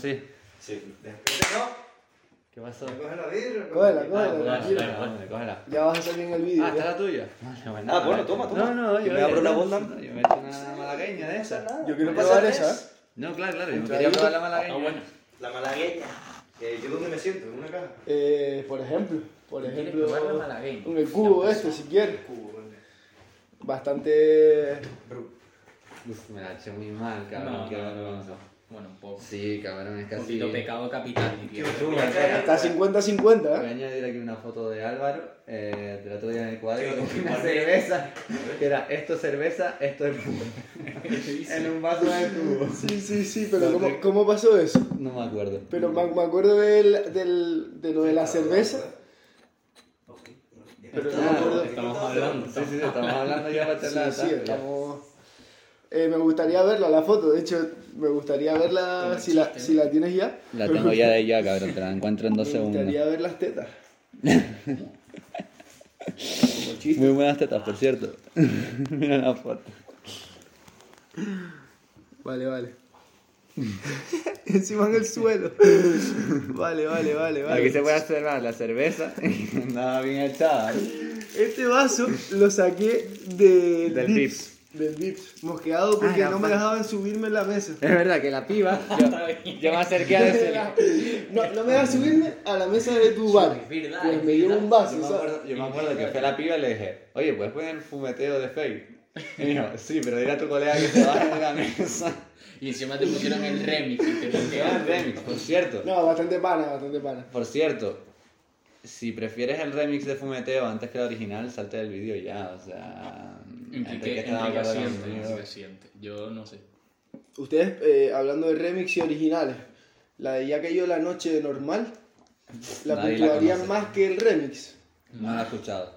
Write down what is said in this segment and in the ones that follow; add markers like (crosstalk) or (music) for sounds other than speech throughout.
sí. Sí. Despierta, ¿no? ¿Qué pasó? Me coge la vidrio. Ah, Cógela, coge. cógela. cógela, tranquila. cógela, cógela, cógela. Ya vas a salir en el vídeo. Ah, ya. está la tuya. Vale, bueno, Ah, nada, bueno, vale. toma, toma. No, no, Yo yo. me abro yo- la bondad. Yo me echo una malagueña de esa. Yo quiero ¿Me probar pasas esa. tres? No, claro, claro, yo Un quería traguito. probar la malagueña. Ah, bueno. La malagueña. Eh, ¿Yo dónde me siento? ¿En una caja? Eh, por ejemplo, por ¿Quieres ejemplo, probar la malagueña? un el cubo este si quieres. Cubo, ¿dónde? Bastante Bru. Uf, me la eché muy mal, cabrón, No, qué no, no. vergonzoso. Bueno, un poco. Sí, cabrón, es Un casi... poquito pecado capital, diría. Qué Voy dura, cara. está 50-50, a ¿eh? añadir aquí una foto de Álvaro, eh, del otro día en el cuadro, Sí, con una igual. cerveza, que era esto es cerveza, esto es cubo. en un vaso de cubo. Sí, sí, sí, pero No, ¿cómo, te- cómo pasó eso? No me acuerdo. Pero me, me acuerdo del, del, de lo de la cerveza. Pero no me acuerdo. Estamos hablando. Sí, sí, sí, estamos hablando ya para Sí, charlar. sí, estamos- Eh, me gustaría verla, la foto. De hecho, me gustaría verla si la, si la tienes ya. La Pero tengo ya de ya, cabrón, te la encuentro en dos Me segundos. gustaría ver las tetas. Como chiste. Muy buenas tetas, por cierto. (laughs) Mira la foto. Vale, vale. (laughs) Encima en el suelo. Vale, vale, vale, vale. Aquí se puede observar la cerveza. (laughs) Nada bien echada. Este vaso lo saqué del, Del Ah, Vips. Del Vips. Mosqueado porque la no me fan. dejaban subirme en la mesa. Es verdad que la piba. (laughs) Yo, yo me acerqué a decirle. (laughs) (laughs) No, no me dejaban subirme a la mesa de tu bar. verdad, Pues es me dio un vaso, Yo me, ¿sabes? acuerdo, yo me acuerdo que fue la piba y le dije, oye, ¿puedes poner fumeteo de fake? Y dijo, sí, pero dile a tu colega que se baje de la mesa. Y encima te pusieron el remix y te lo Que va Ah, el remix, por cierto. No, bastante pana, bastante pana. Por cierto, si prefieres el remix de Fumeteo antes que el original, salte del vídeo ya, o sea... Enrique, estés de acuerdo Enrique siente, conmigo. Enrique siente. Yo no sé. Ustedes, eh, hablando de remix y originales, la de Ya cayó la noche normal, la Nadie la puntuarían conoce. más que el remix. No lo he escuchado.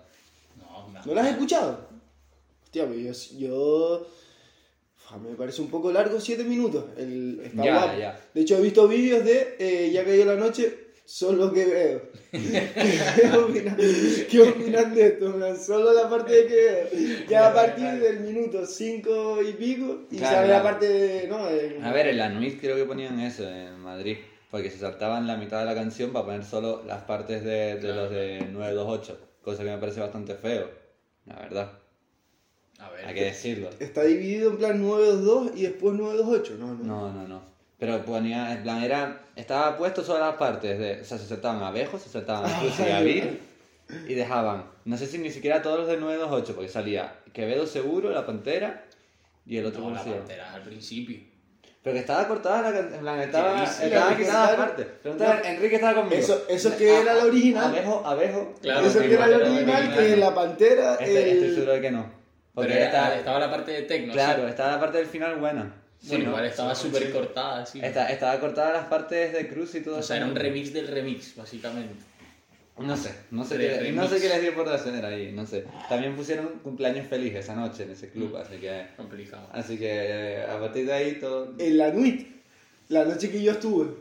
No, no. ¿No la has escuchado? Hostia, pues yo. yo- Uf, Me parece un poco largo, 7 minutos. El, está Ya, guapo. ya. De hecho, he visto vídeos de eh, Ya cayó la noche, son lo que (laughs) veo. ¿Qué opinan, qué opinan de esto? man? Solo la parte de que veo. Ya a partir del minuto 5 y pico, y Claro, sale la claro. parte de. No, de- A ver, en la NUIT creo que ponían eso en Madrid, porque se saltaban la mitad de la canción para poner solo las partes de, de los de 928, cosa que me parece bastante feo, la verdad, A hay que ver. decirlo. Está dividido en plan 922 y después 928. No, no. No, no, no. Pero ponía, en plan, era, estaba puesto solo las partes de, o sea, se saltaban abejos, se saltaban Cruz y Abril, y dejaban, no sé si ni siquiera todos los de 928, porque salía Quevedo Seguro, La Pantera, y el otro, No, ¿cómo la se llama? pantera al principio. Pero que estaba cortada la can- en plan, estaba, Sí, sí, estaba Enrique quitada estaba- aparte. Pregúntale, Enrique estaba conmigo. ah, Eso, eso que era la original. Abejo, abejo. Claro, eso que primero, era la pero original, original. que la pantera. Este, el- Estoy seguro de que no. Porque Pero era- estaba, estaba la parte de techno. sí. claro, estaba la parte del final buena. Sí, Bueno, ¿no? igual estaba súper cortada, sí. Esta- estaba cortada las partes de Cruz y todo O eso. sea, era un remix del remix, básicamente. No sé, no sé, Re- qué, no sé remix. qué les dio por hacer ahí, no sé. También pusieron cumpleaños feliz esa noche en ese club, así que... Complicado. Así que eh, a partir de ahí todo... en la nuit, la noche que yo estuve.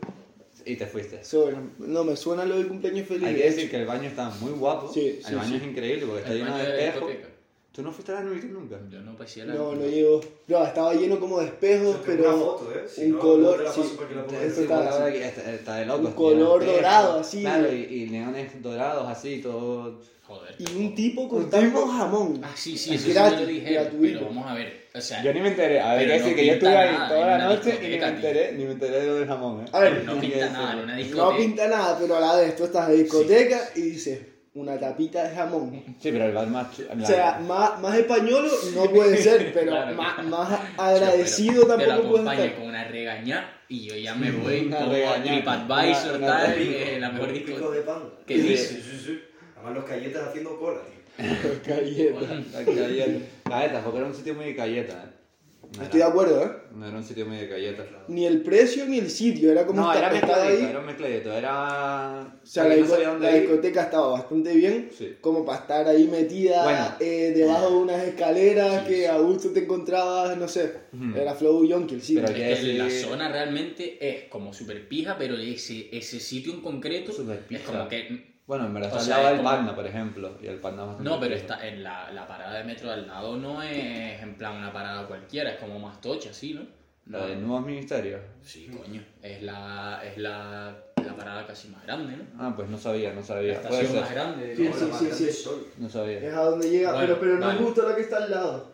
Y te fuiste. Sobra. No, me suena lo del cumpleaños feliz. Hay de que decir hecho. que el baño está muy guapo. Sí, sí, el baño sí. es increíble porque está El lleno baño de Pues de la espejos. discoteca. ¿Tú no fuiste a la nudita nunca? Yo no pasé la No, no llegó. No, estaba lleno como de espejos, pero. Una foto, ¿eh? Si un no, color. no la sí, paso para que la pongas. eso Sí, está- la verdad que está, está de loco. Un color tío, dorado, espejo, así. Claro, y, y neones dorados, así, todo. Joder. Y un tipo cortando jamón. Ah, sí, sí, eso sí Gratis, me lo dijeron. gratuito. Pero vamos a ver. O sea, Yo ni me enteré. A ver, Pero que no decir que yo pinta estuve ahí nada toda en la una noche y ni me discoteca, tío. enteré, ni me enteré de lo del jamón, ¿eh? A ver, no Hay que pinta nada en decirlo. una discoteca. No pinta nada, pero a la vez tú estás en discoteca y dices, una tapita de jamón. Sí, pero el bar más. chu- en O la- sea, más, más españolo no puede ser, pero Claro. más, más Pero agradecido te lo tampoco puede acompaña estar. con una regañá y yo ya me voy Una como regañá. a TripAdvisor, Una- una tal, regañá. eh, la mejor Con picos discoteca. de pan. ¿Qué Sí, dices? Sí, sí, sí. Además los calletas haciendo cola, tío. (laughs) Cayeta. (laughs) La galleta. La neta, porque era un sitio muy de galleta, ¿eh? No Estoy de era- acuerdo, ¿eh? No era un sitio muy de galleta. Ni el precio ni el sitio, era como No, esta- era estaba ahí. mezcladito, era un mezcladito, era... O sea, la, no disco- sabía dónde la ir. discoteca estaba bastante bien, Sí. como para estar ahí metida Bueno. eh, debajo de unas escaleras que a gusto te encontrabas, no sé. Ujú. Era Flow Yonki el sitio. Pero Es que ya- Sí. la zona realmente es como super pija, pero ese, ese sitio en concreto Súper pija. es como que. Bueno, en verdad O está al sea, lado es del como- panda, por ejemplo, y el panda es bastante No, pero frío. está en la, la parada de metro de al lado no es en plan una parada cualquiera, es como más tocha, así, ¿no? La de nuevos ministerios. Sí, coño. Es la, es la, la parada casi más grande, ¿no? Ah, pues no sabía, no La sabía. Puede estación más ser. grande. Sí, ¿no? sí, sí, sí. No sabía. Es a donde llega, Bueno, pero, pero no vale. es justo la que está al lado.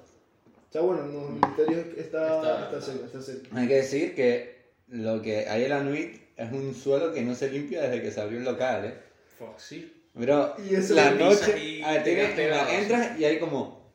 O sea, bueno, no, el interior está, Está- está cerca, está cerca. Hay que decir que lo que hay en la Nuit es un suelo que no se limpia desde que se abrió el local, ¿eh? Fuck, sí. Bro, Y eso la es noche. ahí a ver, tiene- pegado, la- entras y hay como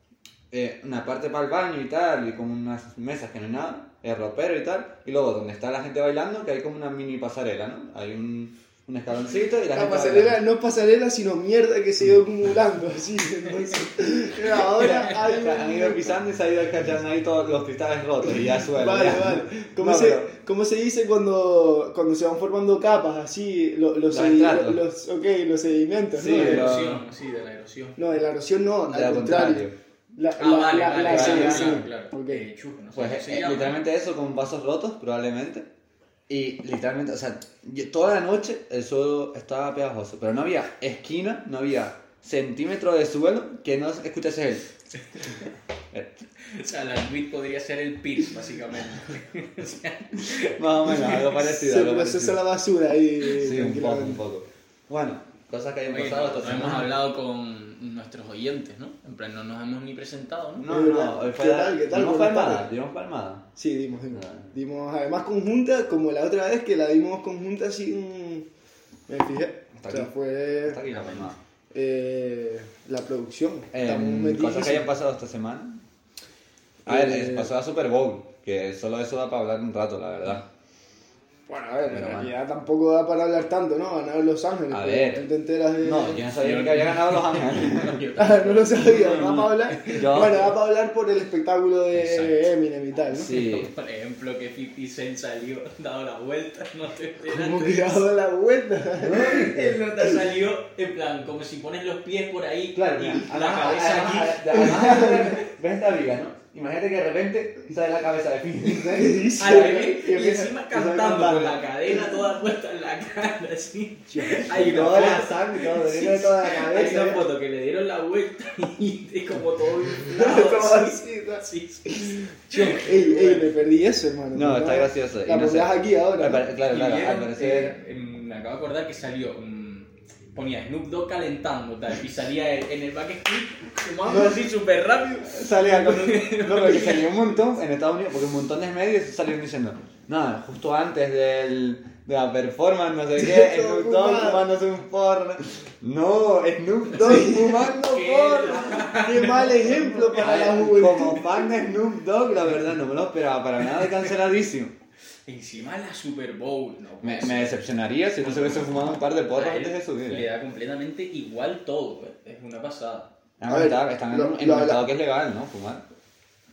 eh, una parte para el baño y tal, y como unas mesas que no hay nada, el ropero y tal. Y luego donde está la gente bailando, que hay como una mini pasarela, ¿no? Hay un, un escaloncito y la, La gente. pasarela bailando. no es pasarela, sino mierda que se iba acumulando, (laughs) así. Entonces, (laughs) pero ahora hay O sea, han ido pisando y se ha ido escachando ahí todos los cristales rotos (laughs) y ya suena. Vale, ya. vale. ¿Cómo, No, se, pero- cómo se dice cuando, cuando se van formando capas, así, lo- los, Los sedi- estratos. los, ok, los sedimentos? Sí, ¿no? de pero- la erosión, sí, de la erosión. No, de la erosión no, al De lo contrario. contrario. La, Ah, la- vale, la- vale, la- vale, sí, claro, sí. claro. Ok. Eh, churro, no sé Pues cómo eh, se llama. literalmente eso, con vasos rotos probablemente. Y literalmente, o sea, yo- toda la noche el suelo estaba pegajoso, pero no había esquina, no había centímetro de suelo que no escuchase él. (laughs) O sea, la Luis podría ser el Pierce, (laughs) básicamente. O sea, (laughs) Más o menos, algo Se parecido. procesa algo parecido. pues, la basura ahí Sí, un poco, un tranquilamente. poco. Bueno, cosas que hayan oye, pasado no, esta no hemos semana. hablado con nuestros oyentes, ¿no? En plan, no nos hemos ni presentado, ¿no? No, Es verdad. no, hoy fue ¿Qué la- tal, qué tal? Dimos Buenas palmada, tardes. dimos palmada. Sí, dimos, dimos. Ah. Dimos además conjunta, como la otra vez que la dimos conjunta así un... Me fijé. Hasta o sea, aquí. fue Hasta aquí la palmada. eh, la producción. Estamos Em, metidos. cosas que hayan pasado esta semana. A ver, Eh, pasó la Super Bowl, que solo eso da para hablar un rato, la verdad. Bueno, a ver, Pero en bueno. realidad tampoco da para hablar tanto, ¿no? Ganar Los Ángeles. A pero ver. Tú te enteras de... No, yo no sabía ni que había ganado (laughs) los Ángeles. Yo- (laughs) Ah, no lo (laughs) sabía, No, da no. para hablar. Yo- Bueno, da para hablar por el espectáculo de Exacto. Eminem y tal, ¿no? Sí. (laughs) Por ejemplo, que 50 Cent salió, (laughs) dado la vuelta, (laughs) no te Como enteraste. que ha dado la vuelta. (laughs) Eh, El nota salió en plan, como si pones los pies por ahí Claro, y mira, ah, la además- cabeza aquí. además- además- ves esta viga, ¿no? Imagínate que de repente sale la cabeza de ¿Qué Finn. dice? Al revés, Y y empieza- encima empieza a cantando con la cantar. cadena toda puesta en la cara, así. Y Hay una, toda la foto, sangre, todo, Sí, de toda la hay una cabeza. foto que le dieron la vuelta (laughs) y es como todo (laughs) Todo inflado, así, así, tal. así, así. Ey, ey, me perdí eso, hermano. No, está ¿verdad? gracioso. y La no sé. pondrás aquí ahora. Al pare- Claro, Y claro, vieron, al parecer. eh, em, me acabo de acordar que salió, mm, ponía Snoop Dogg calentando tal, y salía él en el backstage fumando así súper rápido. Sale algo. No, pero que salió un montón en Estados Unidos, porque un montón de medios salieron diciendo, nada, justo antes del, de la performance, no sé qué, Todo Snoop Dogg fumado. fumándose un porno. No, Snoop Dogg fumando (laughs) Qué porno. Qué mal (laughs) ejemplo para la Ay, juventud. Como fan de Snoop Dogg, la verdad, no me lo esperaba para nada, canceladísimo. Encima la Super Bowl, no. Me, pues, me decepcionaría si no se hubiese fumado un par de porros a él antes de subir. Le eh. da completamente igual todo, eh, es una pasada. Ah, A ver, está- están en lo- un en lo- un estado la- que es legal, ¿no? Fumar.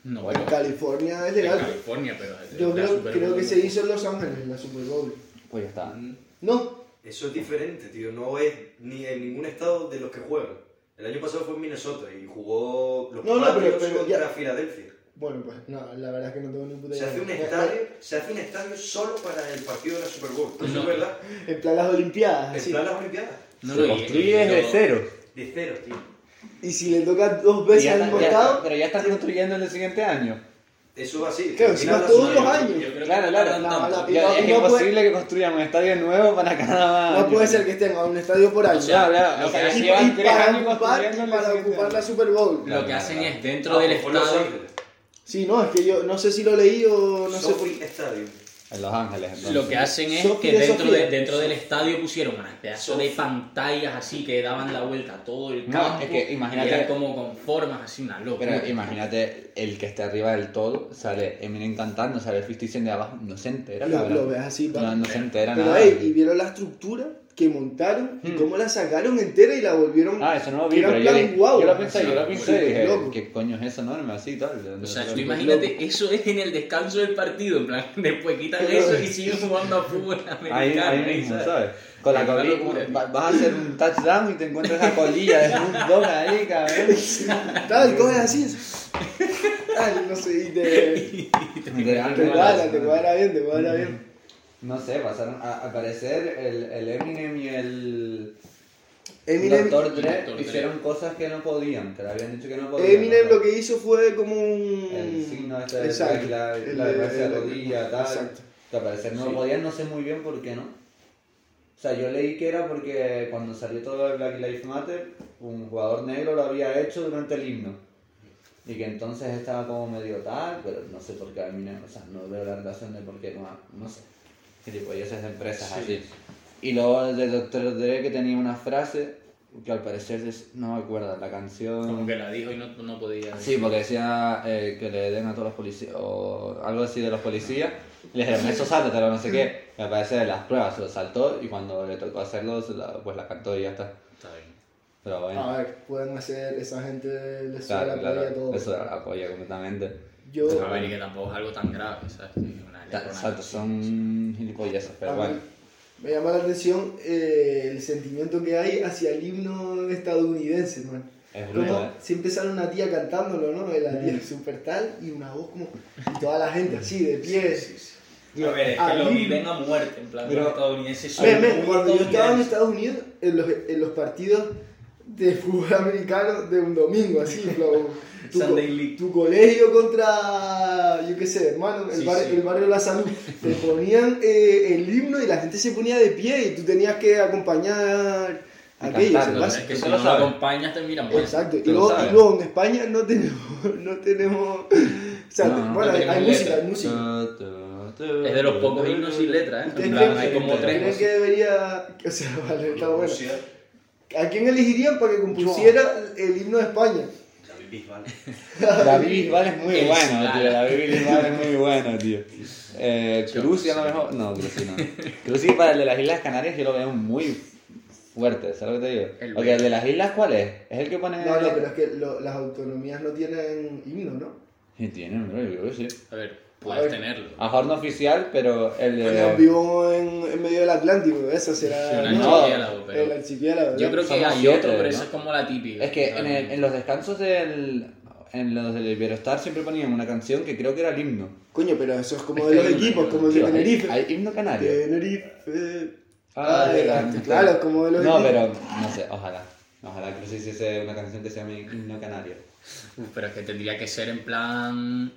No, Bueno, California es en (laughs) legal. California, pero Yo la creo, Super creo Bowl que no. se hizo en Los Ángeles la Super Bowl. Pues ya está. No, Eso es diferente, tío. No es ni en ningún estado de los que juegan. El año pasado fue en Minnesota y jugó los No, no, Patriots pero- pero contra ya- Filadelfia. bueno, pues no, la verdad es que no tengo ni puta Se idea. hace, un estadio, se hace un estadio solo para el partido de la Super Bowl. Eso es No. verdad. (laughs) En plan las Olimpiadas, En así. plan las Olimpiadas. No se lo construye vi, desde yo- cero. De cero, tío. Y si le toca dos Y veces ya al está- ya- costado, pero ya están construyendo en el siguiente año. Eso va así. Termina Claro, encima la todos Super los Bowl. años. yo creo que Claro, no claro. tardan No, tanto. no, Y Ya- no- es no puede- imposible que construyan un estadio nuevo para cada año. no puede ser que estén a un estadio por año. Ya, ya, Lo o sea, que ya hace- y, llevan y tres para años ocupar, construyendo en el para siguiente ocupar año. la Super Bowl. Lo que hacen es dentro Ah, del fue Los estado. Ángeles. Sí, no, es que yo no sé si lo leí o no sé por Sophie Stadium. En Los Ángeles, entonces. Lo que hacen es Sofía, que dentro, Sofía. de- dentro del estadio pusieron unas pedazos de Sofía. pantallas así que daban la vuelta a todo el No, campo. es que imagínate- y eran como con formas así, una locura. Pero imagínate, el que esté arriba del todo sale Eminem cantando, sale 50 Cent de abajo, no se entera. la lo, verdad. lo ves así. pa. No, no se entera Pero, nada. ey, y vieron la estructura que montaron y Hmm. cómo la sacaron entera y la volvieron. Ah, eso no lo que vi, era pero en yo, plan le- guau, yo lo pensé, así, yo lo pensé y súper dije, loco. ¿qué coño es eso enorme? Así y tal. o sea, Súper tú loco. imagínate, eso es en el descanso del partido, en plan, (laughs) después quitan Pero- eso y siguen jugando a fútbol Ahí, americano. ahí mismo, ¿sabes? Con la Es una colilla, locura, tío. va- vas a hacer un touchdown y te encuentras la colilla de Snoop Dogg ahí, (laughs) cabrón. Tal, coges así. Tal, no sé, y (laughs) te, te cuadra, te cuadra bien, te cuadra bien. No sé, pasaron. A, al parecer, el, el Eminem y el. Eminem, Doctor Dre Dr. Dre. hicieron cosas que no podían, que le habían dicho que no podían. Eminem ¿no? lo que hizo fue como un... El signo este de Exacto. la, El la de- gracia el de- rodilla, tal. Exacto. Que al parecer no Sí. lo podían, no sé muy bien por qué no. O sea, yo leí que era porque cuando salió todo el Black Lives Matter, un jugador negro lo había hecho durante el himno. Y que entonces estaba como medio tal, pero no sé por qué a mí no, o sea, no veo la relación de por qué, no, no sé. Gilipolleces de empresas Sí. así. Y luego el de Dr. Dre que tenía una frase que al parecer es- no me acuerdo, la canción... Como que la dijo y no, no podía. Sí, porque decía eh, que le den a todos los policías, o algo así de los policías, y le dijeron, eso sáltatelo, no sé qué. Y al parecer las pruebas se lo saltó y cuando le tocó hacerlo, se la- pues la cantó y ya está. Está bien. Pero bueno, A ver, pueden hacer, esa gente le suena claro, la claro, polla a todo. eso la apoya completamente. Yo, A ver, y que tampoco es algo tan grave, ¿sabes? Sí, una Ta- letra, una- Exacto, son gilipollas, a pero mí bueno. me llama la atención eh, el sentimiento que hay hacia el himno estadounidense, man. Es eh. Como brutal. siempre sale una tía cantándolo, ¿no? La Mm. tía super tal y una voz como... Y toda la gente así, de pie. A ver, es A que lo mí- viven a muerte, en plan, Pero- los estadounidenses son Men, men, muy cuando yo estaba en estadounidenses. Estados Unidos, en los, en los partidos de fútbol (laughs) americano de un domingo, así, (laughs) flow, tu, co- Sunday League. tu colegio contra, yo qué sé, hermano, el, Sí, barrio, sí. el barrio de (laughs) la salud, te ponían eh, el himno y la gente se ponía de pie y tú tenías que acompañar Y aquello. cantando, ¿sabes? Es que Tú si te no lo lo sabes. acompañas te miran mal. Exacto, y Tú lo luego, sabes. y luego en España no tenemos, (laughs) no tenemos, o sea, No, no bueno, hay, tenemos hay música, letra. hay música. Es de los pocos himnos sin letra, ¿eh? En ¿Ustedes plan, creen- hay como creen tres. ¿Creen que debería, (laughs) o sea, vale, está bueno. Rusia, ¿A quién elegirían para que compusiera el himno de España? David Bisbal. (laughs) David Bisbal es muy Es bueno, claro. tío. David Bisbal es muy bueno, tío. Eh, Cruci a lo mejor. No, Cruci no. Cruci para el de las Islas Canarias yo lo veo muy fuerte, ¿sabes lo que te digo? El Porque el de las Islas, ¿cuál es? Es el que pone. No, no, pero es que lo- las autonomías no tienen himno, ¿no? Sí, tiene, hombre, yo creo que sí. A ver, A puedes ver. tenerlo. A mejor no oficial, pero el Bueno, de. vivo en, en medio del Atlántico, eso Eh. Sí, será un no, archipiélago, pero- el archipiélago. Yo ¿no? creo que somos hay siete, otro, pero ¿no? eso es como la típica. Es que en, ¿sabes? el- en los descansos del. En los del Iberostar siempre ponían una canción que creo que era el himno. Coño, pero eso es como Es de que los hay un- equipos, como el de Tío, hay- Tenerife. Hay himno canario. Tenerife. Ah, Adelante, claro, como de los No, equipos. pero no sé, ojalá. Ojalá que Cruci hiciese una canción que se llame Himno Canario. Uf, pero es que tendría que ser en plan.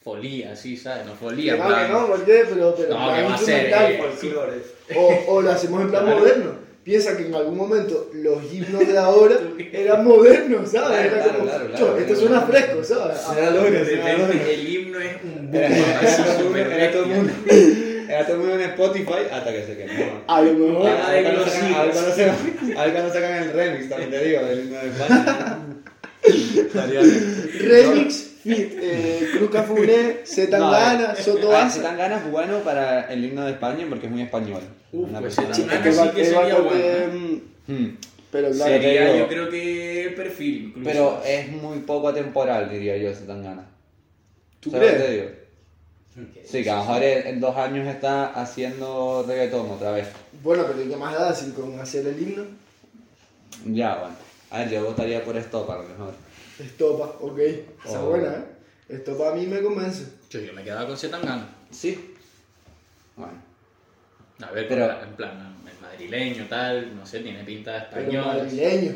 folía, sí, ¿sabes? No Que folía, en no, que plan. no, ¿por qué? Pero, pero No, para que mí va a es ser, fundamental, eh, por- Folclore. O, o lo hacemos en plan Claro. moderno. Piensa que en algún momento los himnos de ahora eran modernos, ¿sabes? Era Claro, como, claro, claro, "Cho, claro, esto claro. suena fresco, ¿sabes? Será lo que Ahora, de ahora. repente el himno es un boom. (laughs) así (laughs) Era todo el súper bestia. (laughs) mundo- era todo el mundo- (laughs) era todo el mundo en Spotify hasta que se quemó. A lo mejor. A ver cuando los sacan- a ver cuando sacan- a ver cuando sacan el remix, también te digo, del himno de España. Estaría bien. Remix, Fit, eh, Cruz Cafuné, Z Tangana, No, Soto ah, Si Asa. tan ganas bueno para el himno de España porque es muy español. Uf, Una pues persona- sí, Chica, Tangana que sí va- que que va sería con, buena. em, Hmm. Pero claro, Sí. Sería, digo- yo creo que perfil, incluso. Pero eh, es muy poco temporal, diría yo, si tan ganas. ¿tú ¿Sabes lo que crees? te digo? Sí, que a lo mejor en en dos años está haciendo reggaetón otra vez. Bueno, pero ¿y ¿qué más da sin con hacer el himno? Ya, bueno. A ver, yo votaría por Stop a lo mejor. Estopa, ok. Esa Oh. buena, ¿eh? Estopa a mí me convence. Yo, yo me quedaba con Zetangana. Sí. Bueno. A ver, Pero- pero... en plan, el madrileño, tal, no sé, tiene pinta de Pero español. madrileño.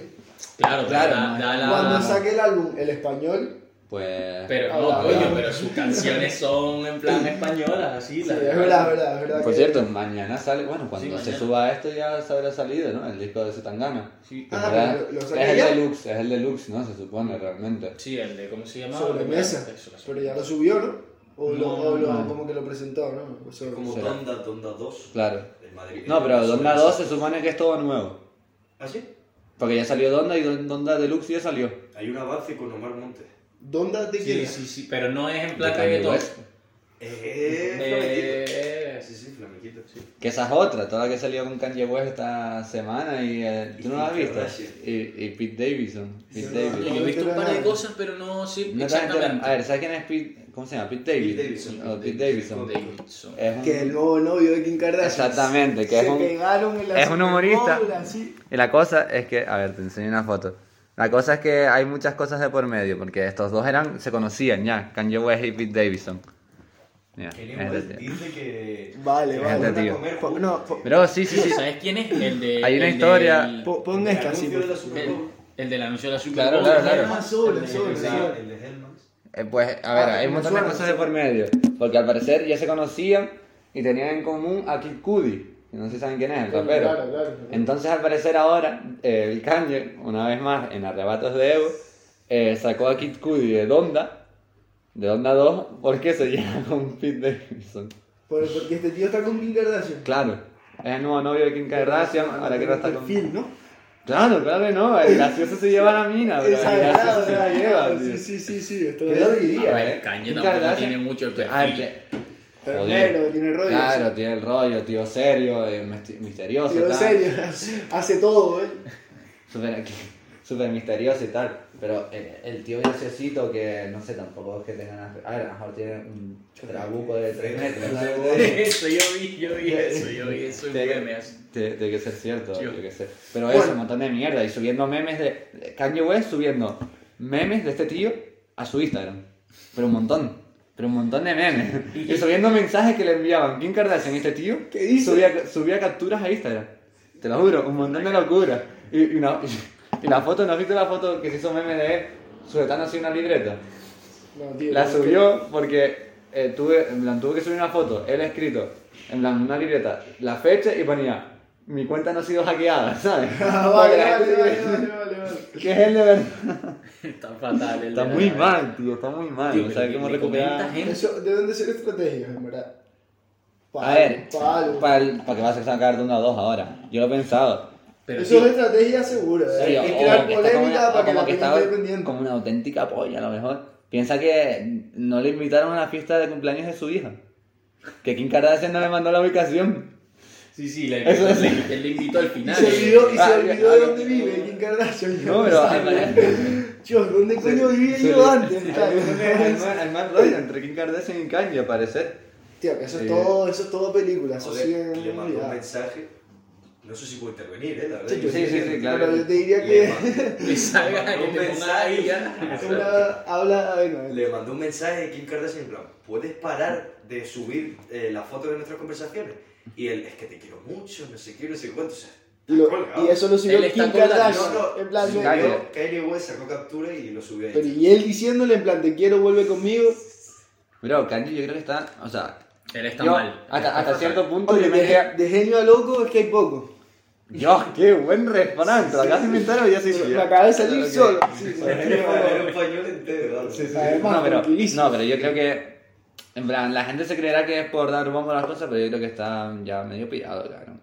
Claro, Claro, claro. Da, da la... Cuando saque el álbum, el español, Pues. Pero no, Habla, coño, habla. pero sus canciones son en plan españolas, así. sí, la- es verdad, es verdad, es verdad. Por que- cierto, mañana sale. Bueno, cuando Sí, se mañana. suba esto ya se habrá salido, ¿no? El disco de Zetangana. Sí. Pues, Ah, ¿verdad? pero lo es saca el ya. deluxe, es el deluxe, ¿no? Se supone realmente. Sí, el de, ¿cómo se llamaba? Sobremesa. Eso, eso. Pero ya lo subió, ¿no? O, lo, No, o lo- no. como que lo presentó, ¿no? O sea, Como Será. Donda, Donda 2. Claro. El Madrid. No, pero Donda Sobre- 2 se supone que es todo nuevo. ¿Ah, sí? Porque ya salió Donda y Don- Donda Deluxe ya salió. Hay un avance con Omar Montes. ¿Dónde te Sí, quieres? sí, sí, pero no es en De plan Kanye reggaetón. West. Eh, Eh, flamenquito. Sí, sí, flamenquito. Sí. Que esa es otra, toda la que salió con Kanye West esta semana y eh, tú Y no la has Kim visto. Kardashian. Y, y Pete Davidson. Pete Sí, Davidson. yo he visto un par de cosas, pero no sé No te has enterado- A exactamente. ver, ¿sabes quién es Pete? ¿Cómo se llama? Pete Davidson. Pete Davidson. Oh, Pete Davidson. Davidson. Es un- Que es el nuevo novio de Kim Kardashian. Exactamente, que Se es un... pegaron en la es un humorista. Super Bowl, así. Y la cosa es que... A ver, te enseño una foto. La cosa es que hay muchas cosas de por medio, porque estos dos eran, se conocían ya, Kanye West y Pete Davidson. Mira, Kenny este West tío. dice que. Vale, que Gente, vale. van a tío. comer Po- juntos, no, tío. po- Bro, sí, sí, sí. ¿Sabes quién es? El de. Hay una el historia- del- Po- El Pon esta, sí. anuncio de la Super del- Bowl. el del anuncio de la Super Claro, Bowl, claro, ¿no? claro. El Ah, sobre, de- sobre, el El de- sobre. de- el de Hellman's. Eh, Pues, a ver, Ah, hay un montón de suena, cosas de suena. por medio. Porque al parecer ya se conocían y tenían en común a Kid Cudi. que No sé si saben quién es, el Claro, rapero. claro, claro. Entonces, al parecer ahora, eh, el Kanye, una vez más, en arrebatos de ego, eh, sacó a Kid Cudi de Donda, de Donda 2, porque se lleva con Pete Davidson. Por- Porque este tío está con Kim Kardashian. Claro, es el nuevo novio de Kim Kardashian, ahora que no está con... Perfil, ¿no? Claro, claro que no, el gracioso se lleva la mina, bro, el gracioso Exagerado, se la lleva, exagerado. tío. Sí, sí, sí, sí. Esto ¿Qué lo es diría, A ver, eh? Kanye Kim tampoco Kardashian. tiene mucho el Ah, perfil. que- Pero tiene rollo. Claro, tiene el rollo, tío serio, eh, misti- misterioso, Tío, en tal. serio, (laughs) hace todo, ¿eh? Súper (laughs) aquí, súper misterioso y tal. Pero eh, el, tío graciosito que, no sé, tampoco es que tenga nada... A ver, a lo mejor tiene un trabuco de (laughs) 3 metros. (laughs) Eso, yo vi, yo vi eso, yo vi eso en memes. Tiene tiene que ser cierto, Tío. tiene que ser. Pero Bueno. eso, un montón de mierda. Y subiendo memes de... de Kanye West subiendo memes de este tío a su Instagram. Pero un montón. Pero un montón de memes. (laughs) Y subiendo mensajes que le enviaban Kim Kardashian y este tío. ¿Qué dice? Subía, subía capturas a Instagram. Te lo juro, un montón de locura. Y, y, una- (laughs) y la foto, ¿no has visto la foto que se hizo meme de él sujetando así una libreta? No, tío. La no, subió porque eh, tuve, en plan, tuve que subir una foto, él ha escrito, en plan, una libreta, la fecha y ponía, mi cuenta no ha sido hackeada, (laughs) ¿sabes? (laughs) Ah, vale, Para que la vale, gente vale, vea vale, vale, vale. Que es él de verdad. (laughs) Está fatal. el Está de- muy mal, tío, está muy mal. Tío, no sabe pero cómo le comenta recuperar. gente. Eso, ¿De dónde son estrategias, en verdad? A ver, Palo. para que vas a sacar de una a dos ahora. Yo lo he pensado. Pero Eso sí, es estrategia segura. ¿eh? Sí, es o crear que está como polémica una- o para que como la gente estaba esté pendiente. Como una auténtica polla, a lo mejor. Piensa que no le invitaron a la fiesta de cumpleaños de su hija. Que Kim Kardashian no le mandó la ubicación. sí, sí, le, Eso es- le- le invitó al Y final. se olvidó, y se Ah, olvidó ah, de ah, dónde vive Kim Kardashian. (laughs) No, pero hay varias- Yo, ¿dónde coño vivía Se- yo antes? (laughs) Hay más- hay más rollo entre Kim Kardashian y Kanye, al parecer. Tío, que eso, Sí. es todo, eso es todo película. Eso sí Joder, le es mandó un realidad. mensaje. No sé si puedo intervenir, eh, la verdad. Sí, sí, sí, sí, claro. Pero yo te diría Le que mandó- Que salga, que te ponga ahí ya. es (laughs) una- habla. ah, Bueno, Le mandó un mensaje de Kim Kardashian en plan, ¿puedes parar de subir eh, la foto de nuestras conversaciones? Y él, es que te quiero mucho, no sé qué, no sé cuánto. O sea, lo- colgado. y eso lo subió Él está Kim colgado, Kardashian. no, no, en plan de- Kanye. Yo, Kanye West sacó captura y lo subió Pero ahí. y él diciéndole en plan, te quiero, vuelve conmigo. Bro, Kanye yo creo que está, o sea, Él está yo, mal. hasta, hasta cierto punto Oye, eh, yo me de, quedé- de genio a loco es que hay poco. Dios, qué buen refrán, te lo acabas de inventar o ya soy yo. Me acaba de salir Claro que- solo. Sí, sí, Era (laughs) era un pañuelo entero, ¿vale? Además, no, pero, tranquilísimo. no, pero yo creo que, en plan, la gente se creerá que es por dar bombo a las cosas, pero yo creo que está ya medio pillado, claro.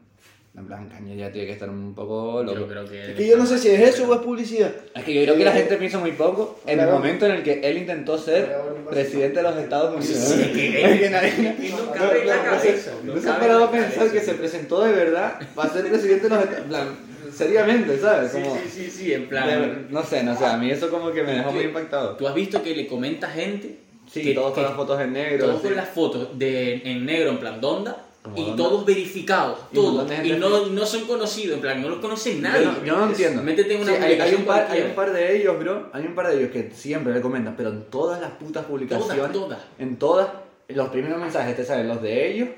En plan, Kanye ya tiene que estar un poco loco. Yo creo que. él Es que yo no está sé si es eso o es publicidad. (laughs) Es que yo creo que la gente piensa muy poco en el Claro. momento en el que él intentó ser presidente de los Estados Unidos. Sí, que- (laughs) Es que nadie- Y no no, cabe en la no, no cabeza, se- no No se ha cabe parado en la a pensar cabeza. que se presentó de verdad para ser presidente de los Estados Unidos. Seriamente, ¿sabes? mal. Como, Sí, sí, sí, sí, en de- plan. no sé, no sé, a mí eso como que me dejó muy ¿Qué? impactado. ¿Tú has visto que le comenta gente? Sí, que- todos con que- las fotos en negro. Todos sí. con las fotos de, en negro, en plan Donda, Como y Donda. todos verificados, Y un montón todos. de Y gente no, no son conocidos, en plan, no los conoce nadie. Yo no, yo no entiendo. Métete en una Sí, hay, hay un publicación par, hay cualquiera. un par de ellos, bro. Hay un par de ellos que siempre le comentan, pero en todas las putas publicaciones. todas. En todas. Los primeros mensajes te salen los de ellos,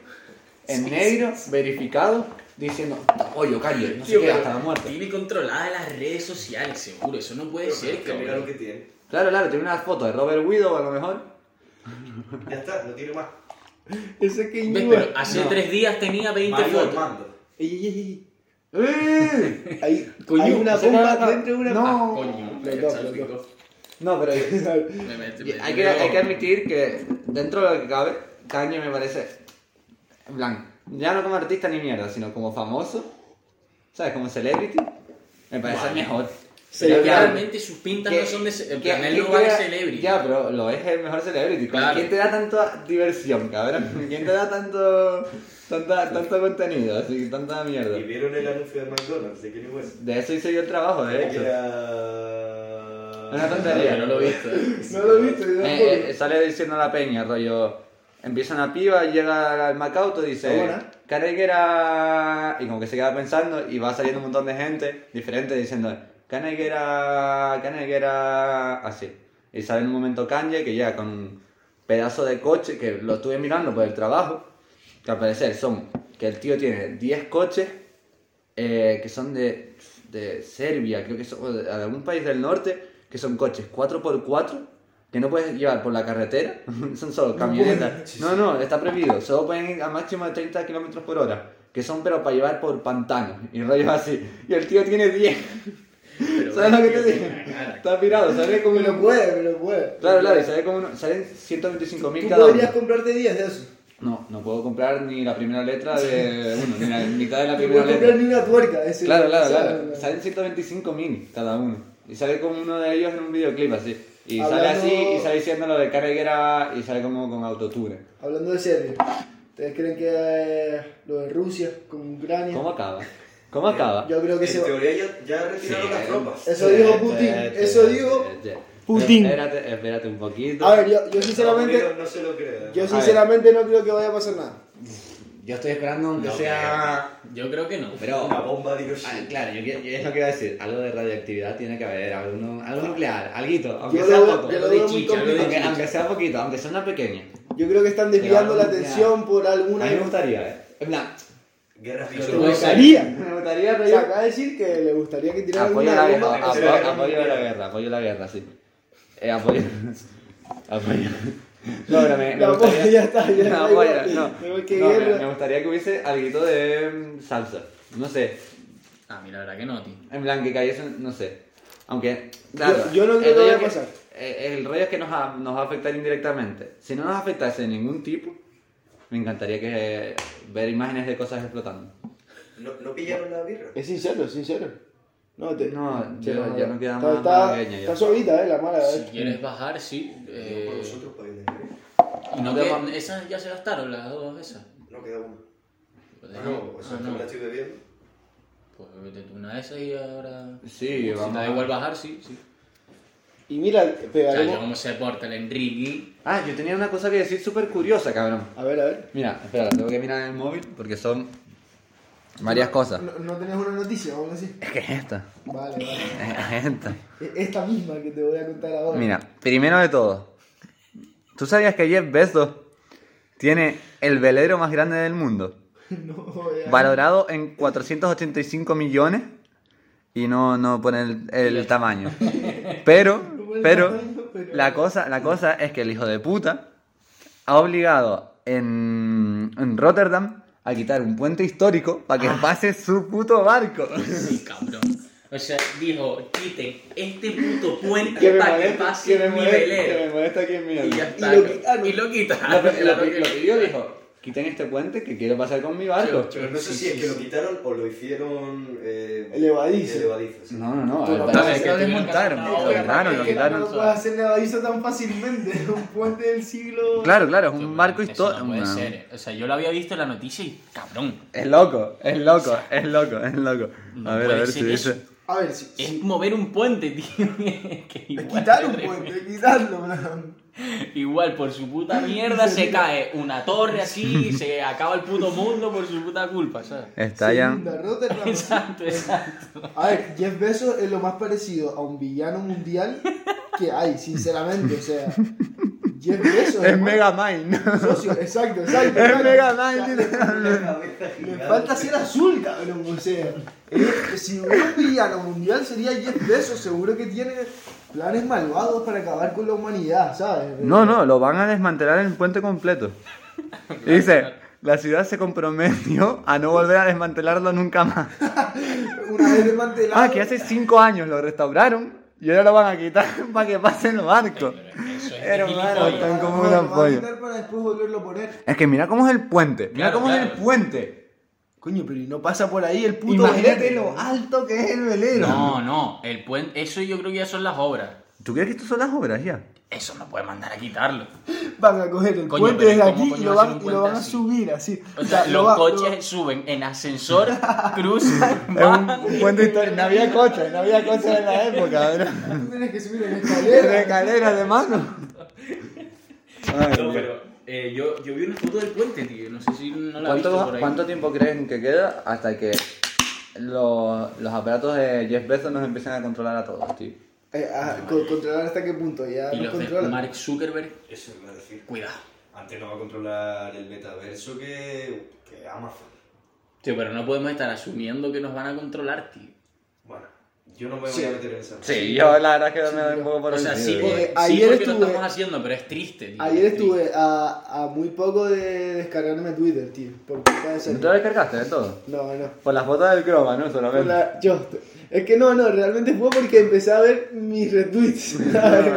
en negro, verificados, diciendo, oye, calle, no sé Tío, qué, pero hasta la muerte. Tiene controladas las redes sociales, seguro. Eso no puede Pero ser, que mira lo cabrón. que tiene. Claro, claro, tiene una foto de Robert Widow a lo mejor. Ya está, no tiene más. Eso es que ¿Ves? Íñigo- Pero hace No. tres días tenía 20 Mario fotos. Armando. Ey, ey, ey, ¡Eh! ey. Hay, Coño, hay una se me bomba acaba- dentro de una. (laughs) No. Ah, coño, Los el dos, salto los que- (laughs) No, pero me mete- Y me- hay, me que, veo- hay que admitir que dentro de lo que cabe, Kanye me parece, en plan, ya no como artista ni mierda, sino como famoso, ¿sabes? Como celebrity, me parece el Vale. mejor. Se Pero le ya- realmente sus pintas ¿Qué- no son de. ce- En qué- plan, él qué no va de crea- celebrity. Ya, pero lo es el mejor celebrity. Claro. ¿Quién te da tanta diversión, cabrón? ¿Quién te da tanto, tanta, tanto contenido, así, tanta mierda? Y vieron el anuncio de McDonald's de Kanye West. De eso hice yo el trabajo, de pues. hecho. Era- Una tontería. Pero no lo he visto. (laughs) eh. No lo viste, yo tampoco. Eh, eh, sale diciendo la peña, rollo. Empieza una piba, llega al Macauto y dice. ¿Está buena? "Can I get a-" Y como que se queda pensando y va saliendo un montón de gente diferente diciendo. Can I get a- Can I get a-" Así. Y sale en un momento Kanye que llega con. pedazo de coche que lo estuve mirando por el trabajo, que al parecer son, que el tío tiene 10 coches eh, que son de, de Serbia, creo que son, o de, de algún país del norte, que son coches 4x4 que no puedes llevar por la carretera, (laughs) son solo camionetas. puedes. No, no, está prohibido, solo pueden ir a máximo de 30 kilómetros por hora, que son pero para llevar por pantanos y rollos así. Y el tío tiene 10. Pero ¿Sabes bueno, lo que te tío, digo? tiene una cara. Está pirado, sale como Me una lo puede, me lo puede. Claro, claro, y sale como uno- salen 125 mil Tú cada uno. podrías comprarte 10 de esos. No, no puedo comprar ni la primera letra de (laughs) uno, ni la mitad de la No primera puedes comprar letra. ni una tuerca de ese. Claro, claro, O sea, claro. Salen 125 mil cada uno. Y sale como uno de ellos en un videoclip así. Y sale Hablando- así, y sale diciendo lo de carreguera, y sale como con autotune. Hablando de Serbia, ¿ustedes creen que eh, lo de Rusia con Ucrania? ¿Cómo acaba? ¿Cómo acaba? Yo creo que En se va. teoría ya, ya retiraron Sí, las eh, tropas. Eso dijo Putin, eso dijo Putin. Espérate, espérate un poquito. A ver, yo, yo sinceramente, Estados Unidos no se lo creo. yo sinceramente no creo que vaya a pasar nada. Yo estoy esperando aunque No sea... Yo creo que no. Pero... Una bomba de Ah, Hiroshima. Claro, yo, qui- yo es lo que iba a decir. Algo de radioactividad tiene que haber, alguno- algo nuclear, alguito, aunque Yo sea lo, veo- poco. yo lo de veo muy chicha, lo de complicado. Aunque, aunque sea poquito, aunque sea una pequeña. Yo creo que están desviando la Claro, atención por A alguna. mí me gustaría, ¿eh? En plan, Guerras Pero ¿Te no biológicas. sé. gustaría? (laughs) me gustaría O sea, acaba de decir que le gustaría que tirara Apoyo alguna la bomba. guerra, Tercera apo- Guerra apoyo la Mundial. guerra, apoyo la guerra, sí. Eh, apoyo. (laughs) Apoyo. No, pero me, me La gustaría. apoyo, ya está, ya (laughs) no, da apoyo, igual. no. Da igual que No, me, guerra. me gustaría que hubiese algo de mm, salsa. No sé. Ah, mira, la verdad que no, tío. En plan, que cayese, no sé. Aunque, claro. yo no creo el que rollo vaya a pasar. eh, el rollo es que nos, va- nos va a afectar indirectamente. Si no nos afectase de ningún tipo, me encantaría que ver imágenes de cosas explotando. ¿No, ¿No pillaron la birra? Es sincero, es sincero. No, te, No, te- yo- ya no queda está, más está, malagueña ya. está suavita, eh, la mala. Si eh. quieres bajar, sí. Digo, Por Eh, vosotros, para que tengáis. y no Te que- va- esas ya se gastaron, las dos esas. No queda una. Pues, Ah, no, o sea, ah, que no. me la estoy bebiendo. Pues vete tú una de esas y ahora. Sí, Si vamos. te da a- igual bajar, sí, sí. Y mira, O sea, yo pegaremos. como se porta el Enrique. Ah, yo tenía una cosa que decir súper curiosa, cabrón. A ver, a ver. Mira, espera, tengo que mirar en el móvil porque son varias cosas. No, no tenés una noticia, vamos a decir. Es que es esta, Vale, vale. es esta. E- Esta misma que te voy a contar ahora. Mira, primero de todo, ¿tú sabías que Jeff Bezos tiene el velero más grande del mundo? (laughs) No, ya. Valorado en 485 millones y no, no pone el, el tamaño. (laughs) Pero, No pone el pero, tamaño, pero- la cosa, la cosa es que el hijo de puta ha obligado en, en Rotterdam a quitar un puente histórico para que pase su puto (laughs) barco. Sí, cabrón. O sea, dijo, quiten este puto puente Que me para que molesta- que pase me mi molesta- velero. que me molesta aquí en mi Y alma. ya está. lo cabrón. quitaron. Y lo quitaron. ah, Lo que- claro lo que- que lo sí. que yo dijo, quiten este puente que quiero pasar con mi barco. Sí, Pero no Sí, sé si es sí, que lo sí. quitaron o lo hicieron. Eh, Elevadizo. elevadizo, sí. (laughs) No, no, no, Tú no al sabes parecer que que lo tuvieron desmontaron, que lo hacer una quitaron, obra lo que Es que quitaron. No lo puedes hacer nevadizo tan fácilmente. (laughs) Un puente del siglo. Claro, claro, es Eso un barco no histórico. puede ser. eh. O sea, yo lo había visto en la noticia y cabrón. Es loco, es loco, es loco, es loco. No A ver, a puede ver ser si eso. dice. A ver, si. Es si- mover un puente, (laughs) tío. que es igual quitar un te revienta. puente, es quitarlo, bro. Igual, por su (laughs) puta mierda se cae una torre así, se acaba el puto mundo por su puta culpa, (laughs) ¿sabes? Estallan. Segunda, Rotterdam. Exacto, exacto. A ver, Jeff Bezos es lo más parecido a un villano mundial que hay, sinceramente. O sea, Jeff Bezos Es el más- Megamind. Socio, exacto, exacto. Es exacto. Megamind, O sea, literalmente. Le le falta ser azul, cabrón, o sea. eh, Si hubiera un villano mundial sería Jeff Bezos, seguro que tiene planes malvados para acabar con la humanidad, ¿sabes? No, no, lo van a desmantelar en (laughs) puente completo. Y dice, la ciudad se comprometió a no volver a desmantelarlo nunca más. Una vez desmantelado. Ah, que hace cinco años lo restauraron y ahora lo van a quitar (laughs) para que pasen los barcos. Eso es Pero, de mano, gilipollas. tan como Lo una van a polla. quitar para después volverlo a poner. Es que mira cómo es el puente, mira Claro, cómo es claro. el puente. Coño, pero y no pasa por ahí el puto Imagínate veneno. lo alto que es el velero. No, no, el puente, eso yo creo que ya son las obras. ¿Tú crees que esto son las obras ya? Eso no puede mandar a quitarlo. Van a coger el Coño, puente pero desde ¿cómo aquí coño y lo va a ser van, un y lo van a puente así? subir así. O sea, lo los va- lo- coches suben en (laughs) ascensor, cruzan, Es un, bajan. un puente histórico. No había coches, no había coches en la época, ¿verdad? Tú tienes que subir en De (laughs) escalera. escalera de mano. Ay, No, Dios. pero eh, yo, yo vi una foto del puente, tío. No sé si no la he visto por ¿Cuánto, ahí. cuánto tiempo creen que queda hasta que los, los aparatos de Jeff Bezos nos empiecen a controlar a todos, tío? eh, ah, co- controlar hasta qué punto, ya Y nos los de controla. Mark Zuckerberg, Eso iba a decir. cuidado. Antes no va a controlar el metaverso que, que Amazon. Tío, pero no podemos estar asumiendo que nos van a controlar, tío. Bueno, yo no me voy Sí. a meter en esa. Sí, yo la verdad es que Sí, me doy un poco por O sea, sí, vencido, porque- porque, Eh, sí ayer porque lo estuve- estamos haciendo, pero es triste, tío. Ayer es triste. estuve a, a muy poco de descargarme Twitter, tío, por culpa de esa- ¿No te lo descargaste de todo? No, no. Por las fotos del croma, ¿no? Solamente. Hola, yo. Es que no, no, realmente fue porque empecé a ver mis retweets. (laughs)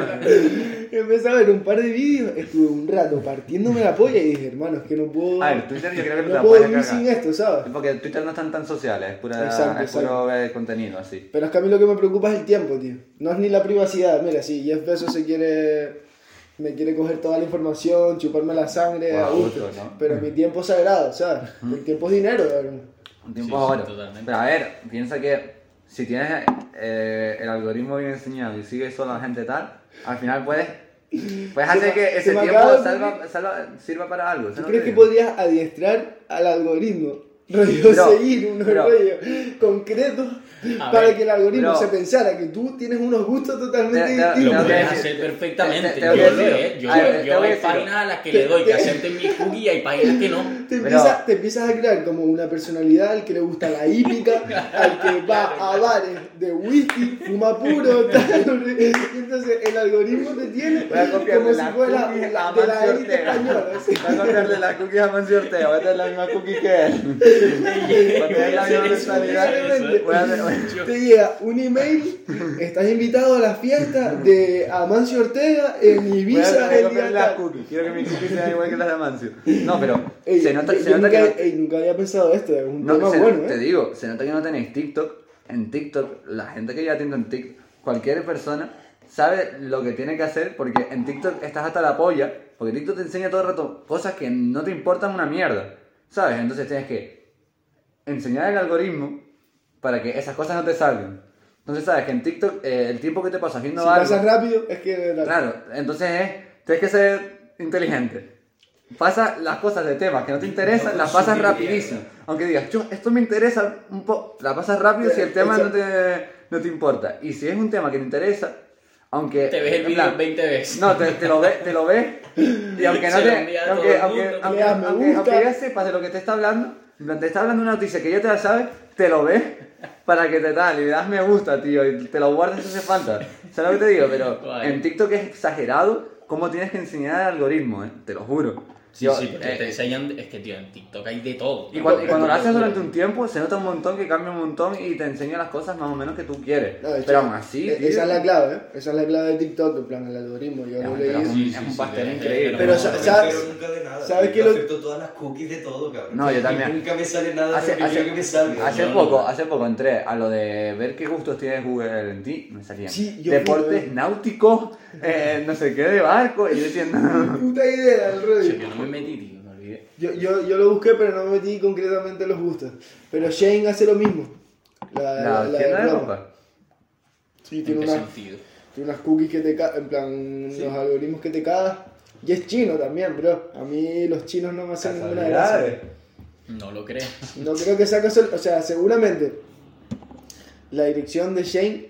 ¿sabes? empecé a ver un par de vídeos, estuve un rato partiéndome la polla y dije, hermano, es que no puedo. A ver, Ah, Twitter yo creo que no te no la puedo puedes vivir sin descargar. esto, ¿sabes? Porque Twitter no están tan sociales, es, pura, Exacto, es puro ver contenido así. Pero es que a mí lo que me preocupa es el tiempo, tío. No es ni la privacidad. Mira, si Jeff Bezos se quiere. Me quiere coger toda la información, chuparme la sangre, Bueno, a gusto. gusto, ¿no? Pero mi tiempo es sagrado, ¿sabes? El tiempo es dinero, cabrón. Un Sí, tiempo sí, ahora. totalmente. Pero a ver, piensa que si tienes eh, el algoritmo bien enseñado y sigues solo a la gente tal, al final puedes, puedes Se hacer me- que se ese me tiempo acaba de salva- salva- sirva para algo. ¿Tú ¿sabes crees lo que digo? podrías adiestrar al algoritmo? Rollo Bro, seguir unos bro. rollos concretos A para ver, que el algoritmo bro. se pensara que tú tienes unos gustos totalmente Te- te- Lo Tengo distintos. que puedes decir- hacer perfectamente. te- te- yo tengo que lo decir- eh. Yo, a ver, yo tengo que hay decir- páginas a las que le (laughs) doy que acepten mi cookie y hay páginas que no. Te, Bro. empiezas, te empiezas a crear como una personalidad al que le gusta la hípica, al que va a bares de whisky, fuma puro, (laughs) tal. Y entonces el algoritmo te tiene Voy a copiarle como si la fuera cookie la- a de la Mancio élite Ortega. española. sí. (laughs) Voy a copiarle la cookie a Mancio Ortega, voy a tener la misma cookie (laughs) que él. Voy a tener la misma Eso, mentalidad. eso, eso. Voy a hacer- voy a- Yo- Te llega un email, estás invitado a la fiesta de Amancio Ortega en Voy a Ibiza tener que el comer día las tal. cookies. Quiero que mis cookies sean igual que las de Amancio. No, pero Ey, se nota, yo- se yo nota nunca, que. ey, nunca había pensado esto, es un No, tema se- bueno, Te ¿eh? digo, se nota que no tenéis TikTok. En TikTok, la gente que ya tiene en TikTok, cualquier persona sabe lo que tiene que hacer porque en TikTok estás hasta la polla. Porque TikTok te enseña todo el rato cosas que no te importan una mierda. ¿Sabes? Entonces tienes que enseñar el algoritmo para que esas cosas no te salgan. Entonces sabes que en TikTok eh, el tiempo que te pasas Si viendo algo... pasas rápido, es que... Claro, entonces es, tienes que ser inteligente. Pasa las cosas de temas que no te interesan, No las pasas consumir rapidísimo. mierda. Aunque digas, "Chu, esto me interesa un poco, la pasas rápido si el tema no te, no te importa. Y si es un tema que te interesa, aunque... Te ves el en vídeo plan, 20 veces. No, te, te lo ves, te lo ves, y aunque no Se lo te... envía a todo Aunque, el aunque, mundo, aunque, le das me aunque- aunque gusta. ya sepas de lo que te está hablando, en plan, te está hablando una noticia que ya te la sabes, te lo ves para que te tal, y le das me gusta, tío, y te lo guardas si hace falta. ¿Sabes lo que te digo? Pero Guay. en TikTok es exagerado cómo tienes que enseñar el algoritmo, eh, te lo juro. Sí, (laughs) Yo, sí, porque eh, te enseñan. Es que, tío, en TikTok hay de todo. y cuando, y cuando lo haces durante eh, un tiempo, se nota un montón que cambia un montón y te enseña las cosas más o menos que tú quieres. No, de hecho, pero aún así, e- tío, Esa es la clave, ¿eh? Esa es la clave de TikTok, en plan, el algoritmo. Yo es lo un- leí. pero es un- Sí, es sí, un sí, pastel sí, increíble. pero No sa- me sabes- entero nunca de nada. ¿sabes Yo qué lo- acepto todas las cookies de todo, cabrón. No, yo también. Y nunca me sale nada Hace- de lo que hace- quiero que me salga. Hace No, no. poco, hace poco entré a lo de ver qué gustos tienes Google en ti, me salían Sí, yo deportes vi, náuticos, eh, no sé qué de barco, y yo decía, (laughs) no. Puta idea, el rollo. Yo no me metí, tío, me olvidé. Yo, yo, yo lo busqué, pero no me metí concretamente los gustos. Pero Shane hace lo mismo. La, La, la tienda de ropa. ropa. Sí, ¿En tiene qué una, sentido? tiene unas cookies que te caen, en plan, los algoritmos que te cagas. Y es chino también, bro. A mí los chinos no me hacen ninguna gracia. No lo creo. No creo que sea casual. O sea, seguramente la dirección de Shane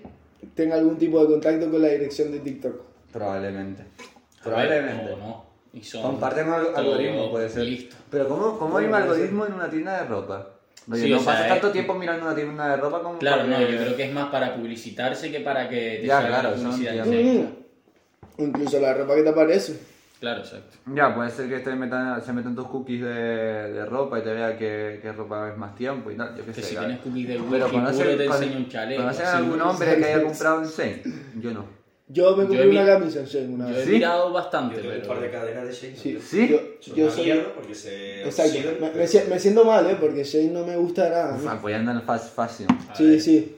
tenga algún tipo de contacto con la dirección de TikTok. Probablemente. O Probablemente. no. Y son Comparten algo- todo algoritmo, puede ser. Listo. Pero ¿cómo, cómo hay un Bueno, algoritmo en una tienda de ropa? Oye, Sí, no o sea, pasas eh. tanto tiempo mirando una tienda de ropa como Claro, para no, yo creo que es más para publicitarse que para que te Ya, salga claro, la son- publicidad ya. directa. Mm. Incluso la ropa que te aparece. Claro, exacto. Ya, puede ser que te metan, se metan tus cookies de, de ropa y te vea que, que ropa es más tiempo y tal. Yo qué Que sé. si claro. tienes cookies de Pero Google, conocen, te cono- enseña un chaleco. ¿conocen así. algún hombre que haya comprado un Shane? Yo no. Yo me Yo compré he una vi- camisa en Shane una Yo vez. he ¿Sí? mirado Yo bastante, tengo un par de pero... cadenas de Shane. Sí. ¿Sí? Yo, Son yo una soy. mierda porque se Exacto. oxidan, Me, me pero- si- me siento mal, ¿eh? Porque Shane no me gusta nada. Uf, ¿no? Apoyando el fast fashion. A Sí, ver, sí.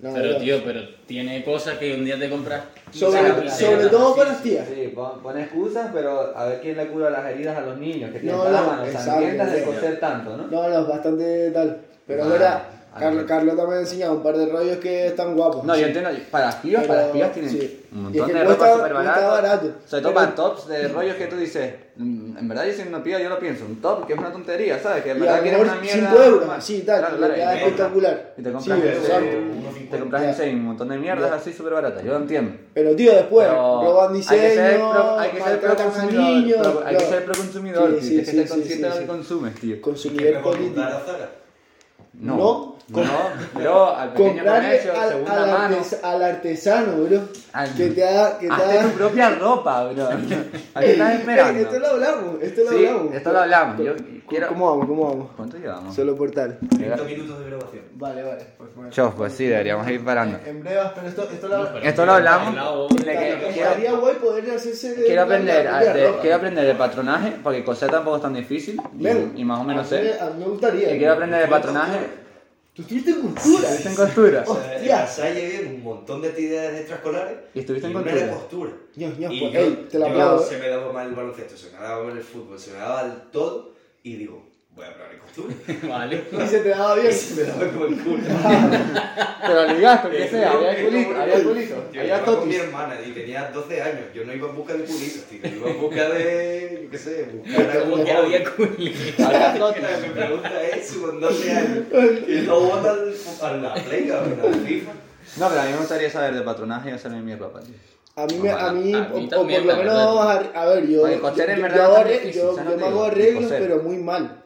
No, Pero no. tío, pero tiene cosas que un día te compras... Sobre, quince sobre cadenas, todo así, para las tías. Sí, pon, pon excusas, pero a ver quién le cura las heridas a los niños que tienen No, todas las no, manos exacto, sangrientas de exacto. coser tanto, ¿no? No, no, es bastante tal. Pero Ah, es verdad, Carlos, Carlos también ha enseñado un par de rollos que están guapos. No, yo Sí. entiendo, para las pibas, Pero, para las pibas tienen sí. un Y es montón que de ropa cuesta- súper cuesta barato. barata. Sobre todo Pero- para tops de rollos que tú dices, mm, en verdad yo soy una piba, yo lo pienso, un top que es una tontería, ¿sabes? Que en Y a verdad lo quieres mejor una mierda. 5 euros, más. sí, tal, Claro, lo claro, que da y- espectacular. Y te Sí, compras, exacto. en te compras en Shein un montón de mierdas Ya. así súper baratas, yo lo entiendo. Pero tío, después, Pero roban hay que ser diseños, pro- hay que ser maltratan a proconsumidor, niños. pro- hay que claro. ser proconsumidor, Sí, tío, sí, tienes que sí, ser sí, consciente de sí, lo que sí. consumes, tío. Consumidor político. a Zara? No, No, no, bro, al (laughs) pequeño Comprarle comercio, al, segunda al mano, artes- al artesano, bro. Al- Que te haga. Que te hazte tu haga... propia ropa, bro. ¿A qué estás Ey, esperando? esto lo hablamos, esto lo Sí, hablamos. esto lo hablamos. Yo ¿Cómo- quiero- ¿Cómo vamos? ¿Cómo vamos? ¿Cuánto llevamos? Solo portal. 30 minutos de grabación. Vale, vale. pues, bueno. Chos, pues sí, deberíamos ir parando. En breve, pero esto, esto lo No, pero- Esto lo hablamos. Hablado, de que Estaría quiero, guay poder hacerse de. quiero aprender, la a- propia de, ropa. quiero aprender de patronaje, porque coser tampoco es tan difícil. y- Ven, Y, más o menos a mí me- sé. A mí me Y gustaría. quiero aprender de patronaje. Tú estuviste en cultura. Estuviste en (laughs) costura. O sea, en Hostia. la Salle vienen un montón de actividades extraescolares Y estuviste en una cultura. de postura. Ño, ño, Y pues, yo- ey, te la yo aplaudo. eh. Se me daba mal el baloncesto, se me daba mal el fútbol, se me daba el todo y digo, voy a probar en costura. Vale. Y se te daba bien. Y (laughs) se me daba como el culo. Pero ligaste, aunque Eh, sea, no, había eh, culito, no, había no, culito, Yo había iba con mi totis. hermana y tenía 12 años. Yo no iba en busca de culitos, tío. Yo iba en busca de, yo qué sé, buscar algo. Como que había culi. Había totis. Me pregunta eso con 12 años. Y no vota al- a la play, cabrón, a la FIFA. (laughs) No, pero a mí me gustaría saber de patronaje y hacerme mi ropa, tío. A mí, me, a mí, A mí o- o, también, por lo la menos, verdad. a, a ver, yo, Oye, yo, coser en yo- verdad yo hago es arre- difícil, yo- ya yo no me te hago digo, arreglos, coser. pero muy mal.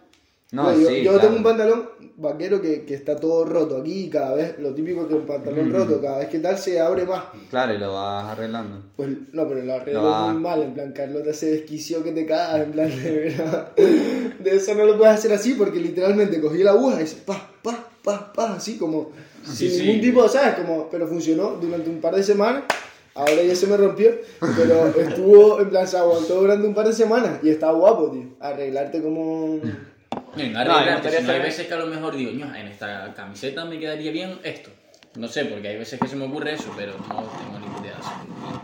No, Pues yo sí. yo claro. tengo un pantalón vaquero que, que está todo roto aquí, y cada vez, lo típico que un pantalón Mm. roto, cada vez que tal se abre más. Claro, y lo vas arreglando. Pues no, pero lo arreglo No, ah. muy mal, en plan, Carlota se desquició que te cagas, en plan, de verdad. (laughs) De eso no lo puedes hacer así porque literalmente cogí la aguja y hice pa, pa, pa, pa, así como Sí, sin sí. ningún tipo, ¿sabes? Como, pero funcionó durante un par de semanas. Ahora ya se me rompió, pero estuvo, en plan, se aguantó durante un par de semanas y está guapo, tío. Arreglarte como. Venga, No, arreglate, me gustaría si no hay saber- veces que a lo mejor digo, "Ño, en esta camiseta me quedaría bien esto. No sé, porque hay veces que se me ocurre eso, pero no tengo ni idea.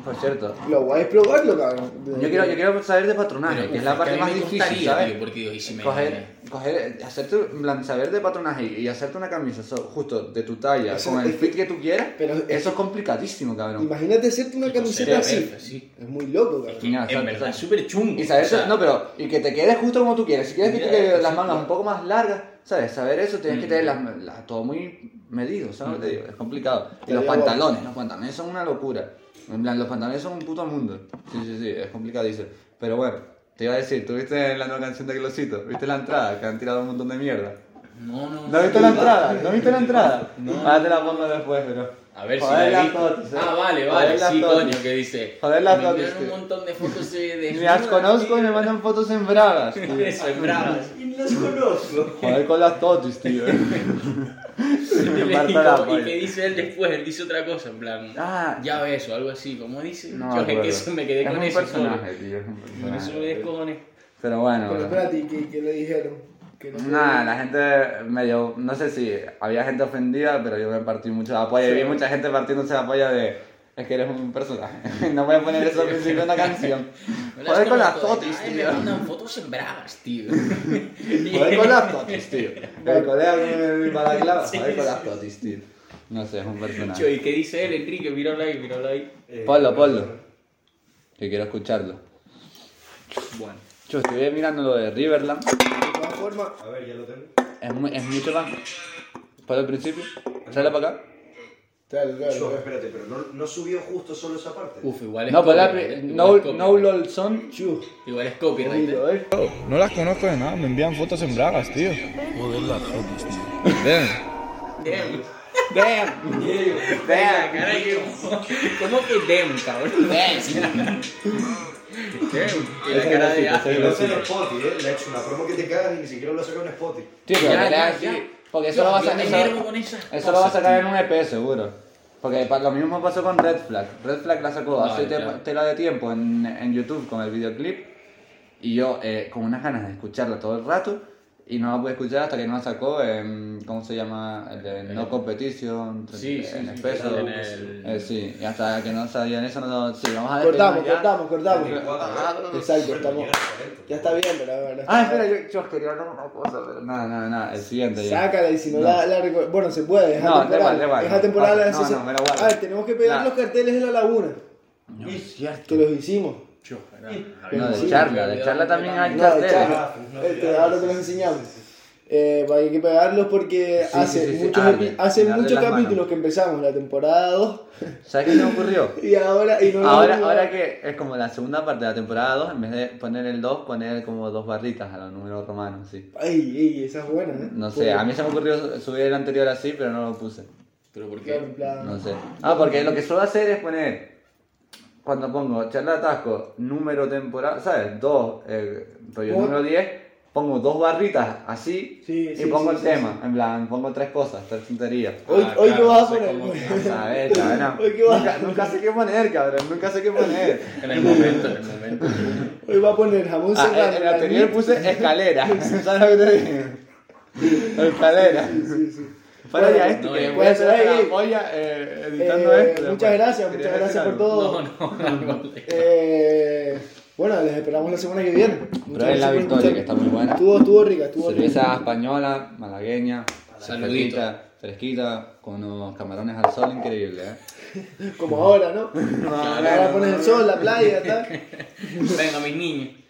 Por cierto. Lo guay es probarlo, cabrón. Yo quiero, yo quiero saber de Pero, patronaje, que uf, es la parte a mí más me difícil, costaría, ¿sabes? tío, porque digo, y si me coger, coger, hacerte, en plan, saber de patronaje y hacerte una camisa so- justo de tu talla, Eso con el es- fit que tú quieras, pero es- eso es complicadísimo, cabrón. Imagínate hacerte una camiseta sí, así. sí. Es muy loco, cabrón. Genial, en exacto, verdad, es exacto. súper chungo. Y saber o sea, eso, no, pero, y que te quedes justo como tú quieres. Si quieres que te Mira, queden las sí, mangas un poco más largas, ¿sabes? Saber eso, tienes que Mm. tener las, las- todo muy medido, ¿sabes? lo que Te digo, es complicado. Y Te los digo, pantalones, los pantalones son una locura. En plan, los pantalones son un puto mundo. Sí, sí, sí, es complicadísimo. Pero bueno, te iba a decir, ¿tú viste la nueva canción de Glosito? ¿Viste la entrada? Que han tirado un montón de mierda. No, no. ¿No viste la entrada? ¿No viste la entrada? No. Ahora te la pongo después, pero. A ver Joder, si la las vi. totis, eh. Ah, vale, Joder, vale, las sí, totis. coño, que dice. Joder, las me totis, enviaron tío. un montón de fotos de Ni las desnudas, conozco y tío. (laughs) me mandan fotos en bragas. tío. (laughs) Sembradas. Y las conozco. Joder con las totis, tío. Y le Marta digo, la ¿Y polla. qué dice él después? Él dice otra cosa, en plan. Ah, Ya ves o algo así, como dice. No, Yo me es que acuerdo. eso me quedé Es con un eso. personaje, tío, es un solo. Eso me personaje. descojoné. Pero bueno, Pero bueno. espérate, ¿qué, qué le dijeron? Que no Nada, la gente medio, no sé si había gente ofendida, pero yo me partí mucho la polla y vi mucha gente partiéndose la polla de, es que eres un personaje, no voy a poner eso al principio de una canción. No Joder con las conozco, totis, ay, tío. Me mandan fotos en bragas, tío. (laughs) (laughs) Joder con las totis, tío. El colega que me vi para la clava, joder con las totis, tío. No sé, es un Yo, personaje. ¿Y qué dice él, Enrique? Míralo ahí, míralo ahí. Eh, Ponlo, ponlo. Que quiero escucharlo. Bueno. Yo estuve mirando lo de Riverland. De todas formas, A ver, ya lo tengo. Es, mu- es mucho más. Para el principio. Sale para acá. claro, claro. Yo, claro. espérate, pero no, no subió justo solo esa parte. Uf, igual es No, para la copyright, pri- igual no, es no copyright. LOL son. Chu, Igual es copyright. eh. oído, ¿eh? No las conozco de nada, me envían fotos en bragas, tío. Damn. Damn. Damn, caray, ¿cómo- ¿Cómo que damn, cabrón? Damn. Y la Ese cara de. gracito, ah, ese Y no sé en gracito. Spotify, ¿eh? Le he hecho una promo que te cagas y ni siquiera lo sacó en Spotify. Tío, pero Ya, dale ya, así, ya. Porque eso Yo- lo va a yo sacar. me enervo con Eso, esas eso lo va a cosas, sacar en tío. un EP seguro. Porque pa- lo mismo pasó con Red Flag. Red Flag la sacó Vale, hace te- claro. tela de tiempo en, en YouTube con el videoclip. Y yo eh, con unas ganas de escucharla todo el rato. Y no la pude escuchar hasta que no la sacó en, ¿cómo se llama? El de No Competition, Sí, sí, en sí, Espeso. en el... Eh, sí, y hasta que no salía en eso, no, sí, vamos a Cortamos, despedirnos ya. cortamos, cortamos. Exacto, Bueno, estamos. llegar a 40. Ya está bien, pero bueno. Ah, espera, yo, yo os quería hablar una cosa, pero nada, nada, nada, el siguiente ya. Sácala y si no, No. la, la reco- Bueno, se puede, deja No, da temporal. igual, da igual. Deja temporal Vale, la no, asociación. no, me da igual. A ver, tenemos que pegar Nah. los carteles de la laguna. No, es cierto. Que los hicimos. Yo, era- No, No, de Sí, charla, de charla también hay No, de carteles. charla. Ah, pues no, Este, ya, ahora sí, te los sí, sí, enseñamos. sí, sí. Eh, pues hay que pegarlos porque Sí, hace sí, sí, sí. muchos, Arde. epi- hace Arde muchos las manos. capítulos que empezamos la temporada 2 ¿Sabes qué se me ocurrió? y ahora. Y no lo Ahora, hemos ahora que es como la segunda parte de la temporada 2, en vez de poner el 2, poner como dos barritas a los números romanos, sí. Ay, ey, esa es buena, ¿eh? No sé, a mí se me ocurrió subir el anterior así, pero no lo puse. Pero ¿por Claro, en qué? plan- No sé. Ah, porque lo que suelo hacer es poner, cuando pongo charla de atasco, número temporal, ¿sabes? 2, eh, rollo ¿Cómo? número 10, pongo dos barritas así Sí, y sí, pongo sí, el sí, tema. En plan, pongo tres cosas, tres (laughs) tonterías. Hoy, Ah, hoy claro, que vas a no sé poner. pues. cómo- ¿Sabes? cabrón? Hoy qué va. Nunca, nunca sé qué poner, cabrón, nunca sé qué poner. En el momento, en el momento. Hoy va a poner jamón Ah, serrano. en el anterior puse (laughs) escalera. (laughs) ¿Sabes lo que te digo? Escalera. Sí, sí. Para ya esto, No, que ya voy a puede hacer ser, la ey. polla eh, editando Eh, esto. muchas gracias, Quería muchas decir gracias por algo. todo. No, no, no. Eh, bueno, les esperamos la semana que viene. Muchas Prueben la gracias por victoria, escuchar. que está muy buena. Estuvo, estuvo rica, estuvo rica. Cerveza española, malagueña, Saludito. fresquita, fresquita, con unos camarones al sol increíble, ¿eh? (laughs) Como ahora, ¿no? ahora pones el sol, la playa, tal. Venga, mis niños.